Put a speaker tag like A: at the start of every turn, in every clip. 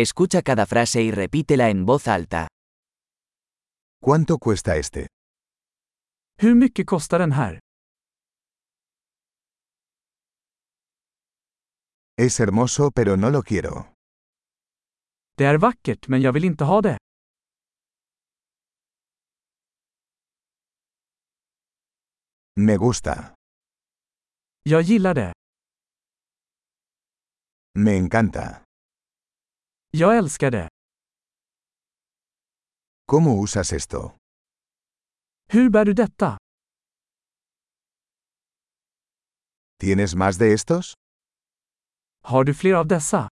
A: Escucha cada frase y repítela en voz alta.
B: ¿Cuánto cuesta este?
C: Hur mycket kostar den här?
B: Es hermoso pero no lo quiero.
C: Det är vackert men jag vill inte ha det.
B: Me gusta.
C: Jag gillar det.
B: Me encanta.
C: Jag älskar det.
B: ¿Cómo usas esto?
C: Hur bär du detta?
B: ¿Tienes más de estos?
C: Har du fler av dessa?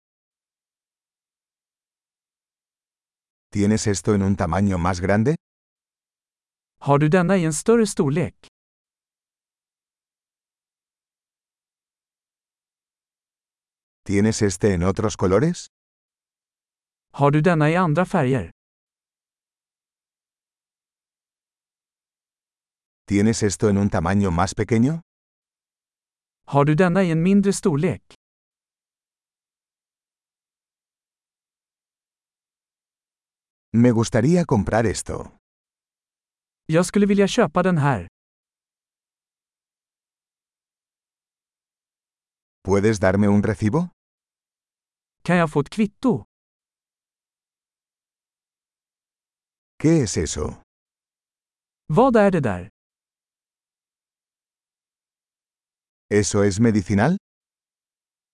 B: ¿Tienes esto en un tamaño más grande?
C: Har du denna i en större storlek?
B: ¿Tienes este en otros colores?
C: Har du denna i andra färger?
B: ¿Tienes esto en un tamaño más pequeño?
C: Har du denna i en mindre storlek?
B: Me gustaría comprar esto.
C: Jag skulle vilja köpa den här.
B: ¿Puedes darme un recibo?
C: Kan jag få ett kvitto?
B: ¿Qué es eso?
C: Vad är det där?
B: ¿Eso es medicinal?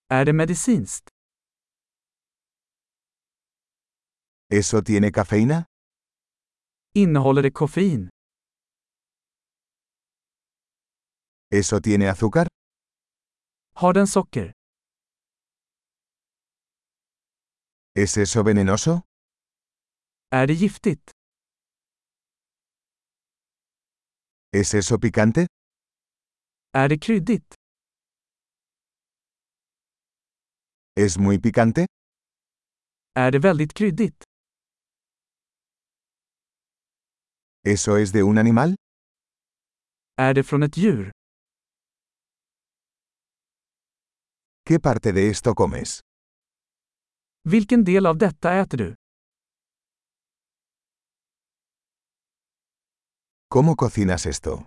C: Är det medicinskt?
B: ¿Eso tiene cafeína?
C: Innehåller det koffein?
B: ¿Eso tiene azúcar?
C: Har den socker?
B: ¿Es eso venenoso?
C: Är det giftigt?
B: ¿Es eso picante?
C: Är det kryddigt?
B: ¿Es muy picante?
C: Är det väldigt kryddigt?
B: ¿Eso es de un animal?
C: Är det från ett djur?
B: ¿Qué parte de esto comes?
C: Vilken del av detta äter du?
B: ¿Cómo cocinas esto?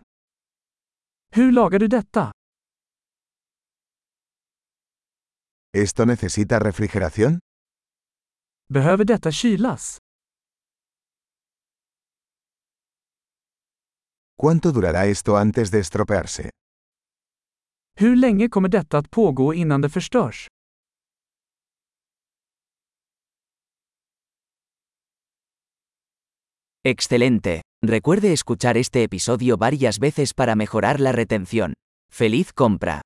C: Hur lagar du detta?
B: ¿Esto necesita refrigeración?
C: Behöver detta kylas?
B: ¿Cuánto durará esto antes de estropearse?
C: Hur länge kommer detta att pågå innan det förstörs?
A: Excelente. Recuerde escuchar este episodio varias veces para mejorar la retención. ¡Feliz compra!